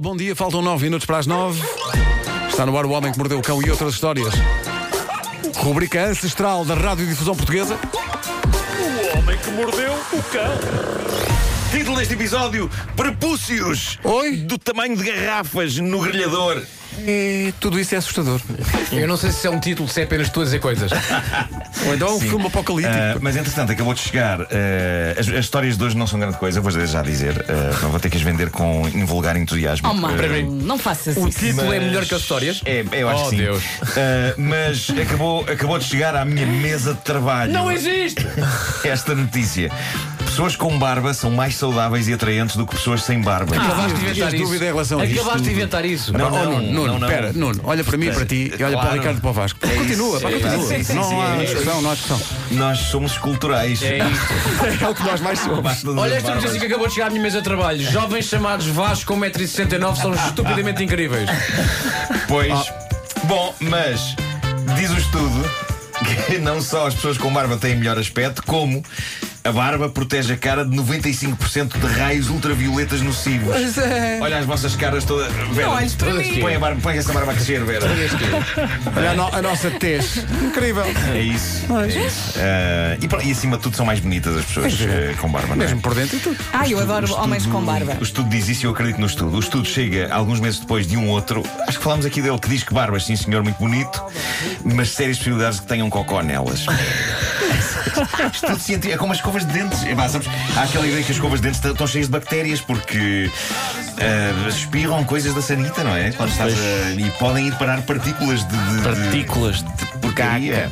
bom dia. Faltam 9 minutos para as 9. Está no ar o Homem que Mordeu o Cão e outras histórias. Rubrica ancestral da Rádio Difusão Portuguesa. O homem que mordeu o cão. Título deste episódio: Prepúcios Oi? do tamanho de garrafas no grelhador. E tudo isso é assustador. Eu não sei se é um título, se é apenas tu a dizer coisas. Ou então é um Sim. filme apocalíptico. Ah, mas entretanto, acabou de chegar. ah, as, as histórias de hoje não são grande coisa, vou já dizer. ah, não vou ter que as vender com invulgar entusiasmo. Oh, Marco, Ah, não faças isso. título é Mas- melhor que as histórias? É, eu acho Oh, que sim. Deus. Ah, mas acabou, acabou de chegar à minha mesa de trabalho. Não é existe! Esta notícia. Pessoas com barba são mais saudáveis e atraentes do que pessoas sem barba. Acabaste de tinhas inventar isso. dúvida em relação a isto Acabaste de tudo. inventar isso. Não, Pá, Ah. oh, Nuno, Nuno, não, não. pera, Nuno, olha para mim e para ti, e olha para o Claro. Ricardo e para o Vasco. É continua, isso, pá, é continua. isso, é isso, não há é isso. discussão, não há discussão. Nós somos culturais. É isto. É o que nós mais somos. é Olha esta notícia que acabou de chegar à minha mesa de trabalho. Jovens chamados Vasco um com 1,69m são estupidamente incríveis. Pois. Bom, mas diz o estudo que não só as pessoas com barba têm melhor aspecto, como a barba protege a cara de 95% de raios ultravioletas nocivos. Mas é. Olha as vossas caras todas. Vera, Não olhes para todas mim. que- põe, a barba, põe essa barba a crescer, Vera. Olha a, no- a nossa tez. Incrível. É isso. É isso. Ah, e, pro- e acima de tudo são mais bonitas as pessoas eh, com barba, não é? Mesmo por dentro e tudo. Ai, eu adoro homens com barba. O estudo diz isso e eu acredito no estudo. O estudo chega alguns meses depois de um outro. Acho que falámos aqui dele que diz que barbas, sim senhor, muito bonito, mas sérias possibilidades de que tenham cocó nelas. estudo científico. É como as escovas de dentes. É, pá, sabes, há aquela ideia que as escovas de dentes estão cheias de bactérias porque ah, espirram coisas da sanita, não é? Quando estás a- e podem ir parar partículas de. de- de- Partículas de de porcaria.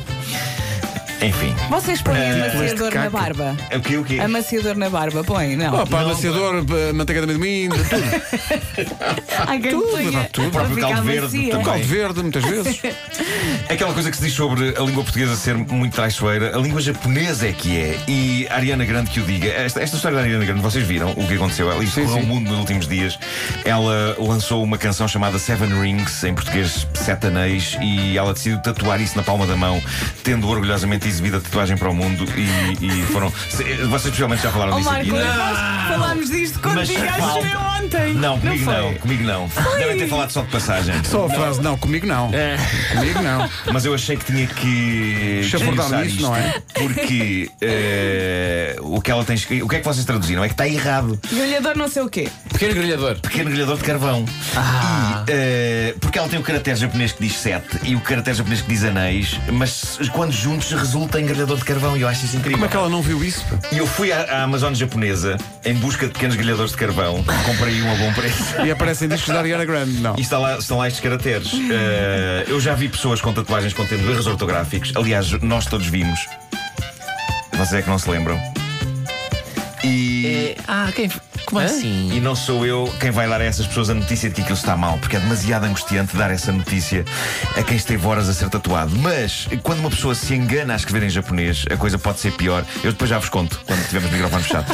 Enfim. Vocês põem Eh, amaciador na barba? O que o quê? Amaciador na barba, põe, não. Oh, pá, amaciador, eh, manteiga de amendoim, de tudo. Ai, quem ponha O próprio para ficar caldo verde macia. também. Caldo verde, muitas vezes. É Aquela coisa que se diz sobre a língua portuguesa ser muito traiçoeira, a língua japonesa é que é. E a Ariana Grande que o diga. Esta, esta história da Ariana Grande, vocês viram o que aconteceu? Ela isto Sim, correu o sim. mundo nos últimos dias. Ela lançou uma canção chamada Seven Rings, em português Sete Anéis, e ela decidiu tatuar isso na palma da mão, tendo orgulhosamente exibido a tatuagem para o mundo. E, e foram. se- Vocês possivelmente já falaram Oh, disso Marco, aqui. não é? nós falámos disto quando Mas ligaste falta- meu ontem. Não, comigo foi? não, comigo não. Devem ter falado só de passagem. Só a frase, não, É. comigo não. Comigo não. Mas eu achei que tinha que. Chafurdar esmiuçar nisso, isto, não é? Porque eh, o que ela tem escrito. O que é que vocês traduziram? É que está errado. Grelhador não sei o quê. Pequeno grelhador. Pequeno grelhador de carvão. Ah. E, eh, porque ela tem o caractere japonês que diz sete e o caractere japonês que diz anéis, mas quando juntos resulta em grelhador de carvão e eu acho isso incrível. Como é que ela não viu isso? pá? E eu fui à, à Amazon japonesa em busca de pequenos grelhadores de carvão, comprei um a bom preço. E aparecem discos da Ariana Grande, não. E está lá, estão lá estes caracteres. Eh, eu já vi pessoas com tatuagens contendo erros ortográficos. Aliás, nós todos vimos. Vocês é que não se lembram. E, Ah, quem. Como assim? e não sou eu quem vai dar a essas pessoas a notícia de que aquilo está mal, porque é demasiado angustiante dar essa notícia a quem esteve horas a ser tatuado. Mas quando uma pessoa se engana a escrever em japonês, a coisa pode ser pior. Eu depois já vos conto quando tivermos o microfone fechado.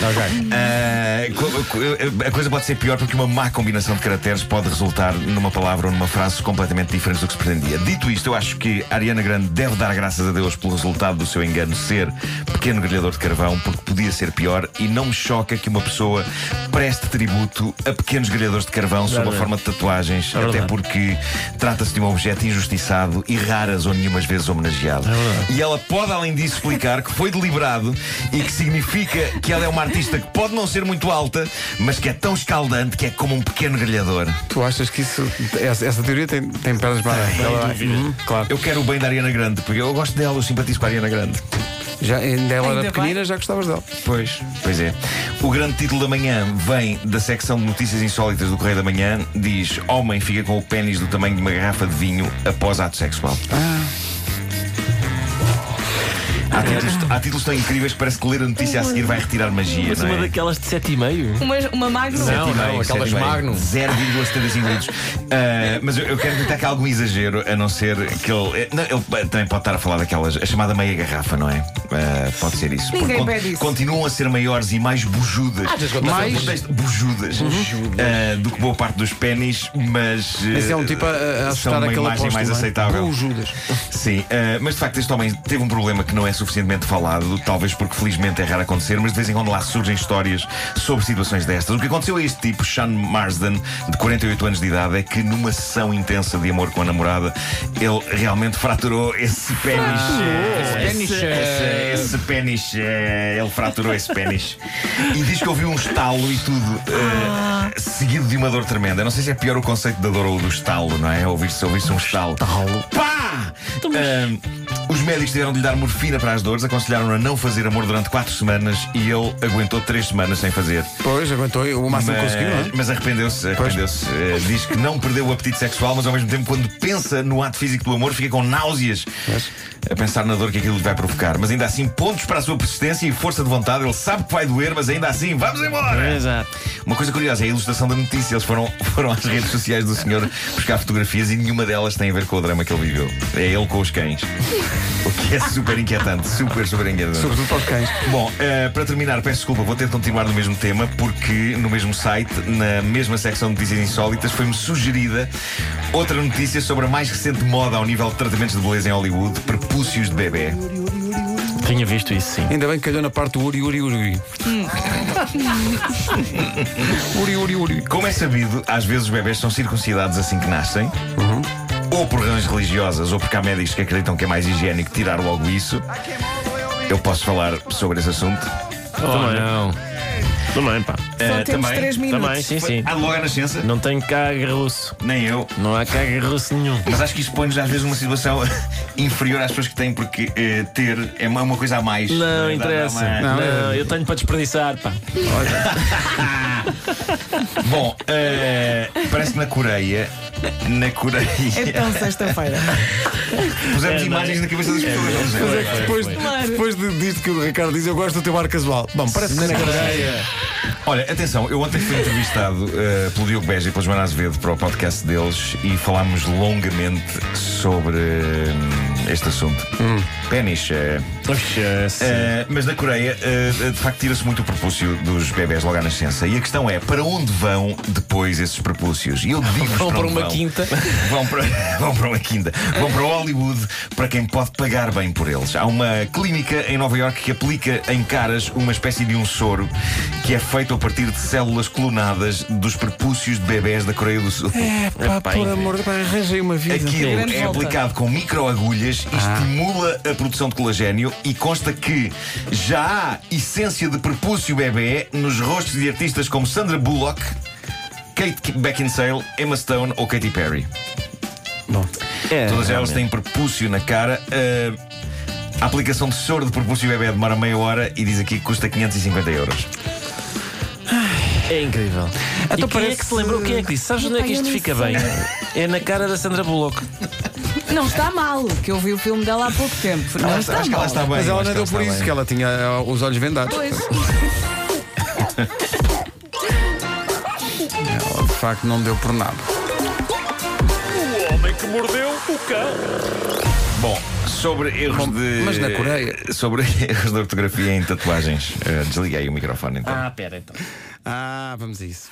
Ah, co- co- a coisa pode ser pior porque uma má combinação de caracteres pode resultar numa palavra ou numa frase completamente diferente do que se pretendia. Dito isto, eu acho que a Ariana Grande deve dar graças a Deus pelo resultado do seu engano ser pequeno grelhador de carvão, porque podia ser pior e não me choca que uma pessoa preste tributo a pequenos grelhadores de carvão sob a forma de tatuagens, até porque trata-se de um objeto injustiçado e raras ou nenhumas vezes homenageado. e ela pode, além disso, explicar que foi deliberado e que significa que ela é uma artista que pode não ser muito alta, mas que é tão escaldante que é como um pequeno grelhador. Tu achas que isso. Essa, essa teoria tem, tem pernas para. Ela vai- Uhum, claro. Eu quero o bem da Ariana Grande, porque eu gosto dela, eu simpatizo com a Ariana Grande. Já, ainda ela era Ainda pequenina, bem. já gostavas dela. Pois. Pois é. O grande título da manhã vem da secção de notícias insólitas do Correio da Manhã. Diz: Homem fica com o pênis do tamanho de uma garrafa de vinho após ato sexual. Ah. Há títulos, há títulos tão incríveis que parece que ler a notícia a seguir vai retirar magia, Mas não uma é? daquelas de 7,5? Uma, uma magno. Não. aquelas Magnum. 0,75 litros. Ah, mas eu, eu quero detectar que há algum exagero, a não ser que ele. eh, não, ele eh, também pode estar a falar daquelas. a chamada meia garrafa, não é? Ah, pode ser isso. Ninguém Porque con- pede isso. Continuam a ser maiores e mais bujudas. Ah, Às vezes acontece mais algum bujudas. Ah, do que boa parte dos pênis, mas. Uhum. Mas é um eh, tipo a, a são assustar uma aquele imagem apóstolo. é? mais aceitável. Judas. eh, Sim, ah, mas de facto este homem teve um problema que não é suficientemente falado, talvez porque felizmente é raro acontecer, mas de vez em quando lá surgem histórias sobre situações destas. O que aconteceu a este tipo, Sean Marsden, de 48 anos de idade, é que numa sessão intensa de amor com a namorada, ele realmente fraturou esse pênis. Pênis, eh, Esse pênis, eh, ele fraturou esse pênis. E diz que ouviu um estalo e tudo, eh, seguido de uma dor tremenda. Eu Não sei se é pior o conceito da dor ou do estalo, não é? Ouvir-se ouvir um estalo. Pá! Ahm, os médicos tiveram de lhe dar morfina para as dores, aconselharam-no a não fazer amor durante quatro semanas e ele aguentou três semanas sem fazer. Pois, aguentou o máximo que Mas, conseguiu, não é? mas arrependeu-se, arrependeu-se. Eh, diz que não perdeu o apetite sexual, mas ao mesmo tempo, quando pensa no ato físico do amor, fica com náuseas a pensar na dor que aquilo lhe vai provocar. Mas ainda assim, pontos para a sua persistência e força de vontade. Ele sabe que vai doer, mas ainda assim, vamos embora! Exato. Uma coisa curiosa é a ilustração da notícia. Eles foram, foram às redes sociais do senhor buscar fotografias e nenhuma delas tem a ver com o drama que ele viveu. É ele com os cães. O que é super inquietante, super, super inquietante. Sobretudo para os cães. Bom, eh, para terminar, peço desculpa, vou ter de continuar no mesmo tema, porque no mesmo site, na mesma secção de notícias insólitas, foi-me sugerida outra notícia sobre a mais recente moda ao nível de tratamentos de beleza em Hollywood, prepúcios de bebê. Tinha visto isso, sim. Ainda bem que calhou na parte do Uri Uri Uri. Uri Uri Uri. Como é sabido, às vezes os bebés são circuncidados assim que nascem. Uhum. Ou por razões religiosas, ou porque há médicos que acreditam que é mais higiênico tirar logo isso. Eu posso falar sobre esse assunto. Oh, não. Também, pá. Só Eh, temos também, três minutos. Também, sim, sim. Há logo à nascença? Não tenho cagarroço. Nem eu. Não há cagarroço nenhum. Mas acho que isso põe-nos às vezes numa situação inferior às pessoas que têm, porque eh, ter é uma, uma coisa a mais. Na Não é verdade, é? interessa. há mais. Não, eu tenho para desperdiçar, pá. Bom, eh, parece que na Coreia. Na Coreia. É Então, sexta-feira. Pusemos imagens na cabeça É das pessoas. não sei. Depois, Claro. depois de, disto que o Ricardo diz, eu gosto do teu ar casual. Bom, parece que sim. Olha, atenção, eu ontem fui entrevistado eh, pelo Diogo Beja e pela Joana Azevedo para o podcast deles e falámos longamente sobre eh, este assunto. Hum. Pênis. eh, É, eh, mas na Coreia, eh, de facto, tira-se muito o prepúcio dos bebés logo à nascença. E a questão é, para onde vão depois esses prepúcios? E eu digo Vão para uma quinta. Vão para, vão para uma quinta. Vão para Hollywood para quem pode pagar bem por eles. Há uma clínica em Nova Iorque que aplica em caras uma espécie de um soro que é feito a partir de células clonadas dos prepúcios de bebés da Coreia do Sul. É, pá, por amor de Deus, arranjei uma vida. Aquilo Grande é volta. aplicado com microagulhas, Ah. estimula a produção de colagênio e consta que já há essência de prepúcio bebê nos rostos de artistas como Sandra Bullock, Kate Beckinsale, Emma Stone ou Katy Perry. É, Todas elas têm prepúcio na cara. Ah, a aplicação de soro de prepúcio bebê demora meia hora e diz aqui que custa 550 euros. é incrível. e quem é parece- que se lembrou? Quem é que disse? Sabes onde é que Epá, eu isto nem fica sei. bem? É na cara da Sandra Bullock. Não está mal, que eu vi o filme dela há pouco tempo. Não Acho- está acho que ela mal. está bem. Mas ela acho não deu que por está isso, bem. que ela tinha ah, os olhos vendados. Pois. Ela, de facto, não deu por nada. O homem que mordeu o cão. Bom, sobre erros Bom, de. mas na Coreia. Sobre erros de ortografia em tatuagens. Ah, Desliguei o eh, microfone então. Ah, pera, então. Ah, vamos a isso.